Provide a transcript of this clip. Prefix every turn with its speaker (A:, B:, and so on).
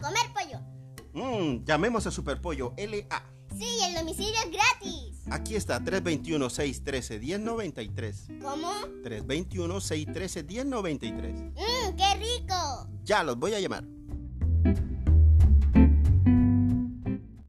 A: comer pollo.
B: Mmm, llamemos a Superpollo LA.
A: Sí, el domicilio es gratis.
B: Aquí está, 321-613-1093.
A: ¿Cómo?
B: 321-613-1093.
A: Mmm, qué rico.
B: Ya los voy a llamar.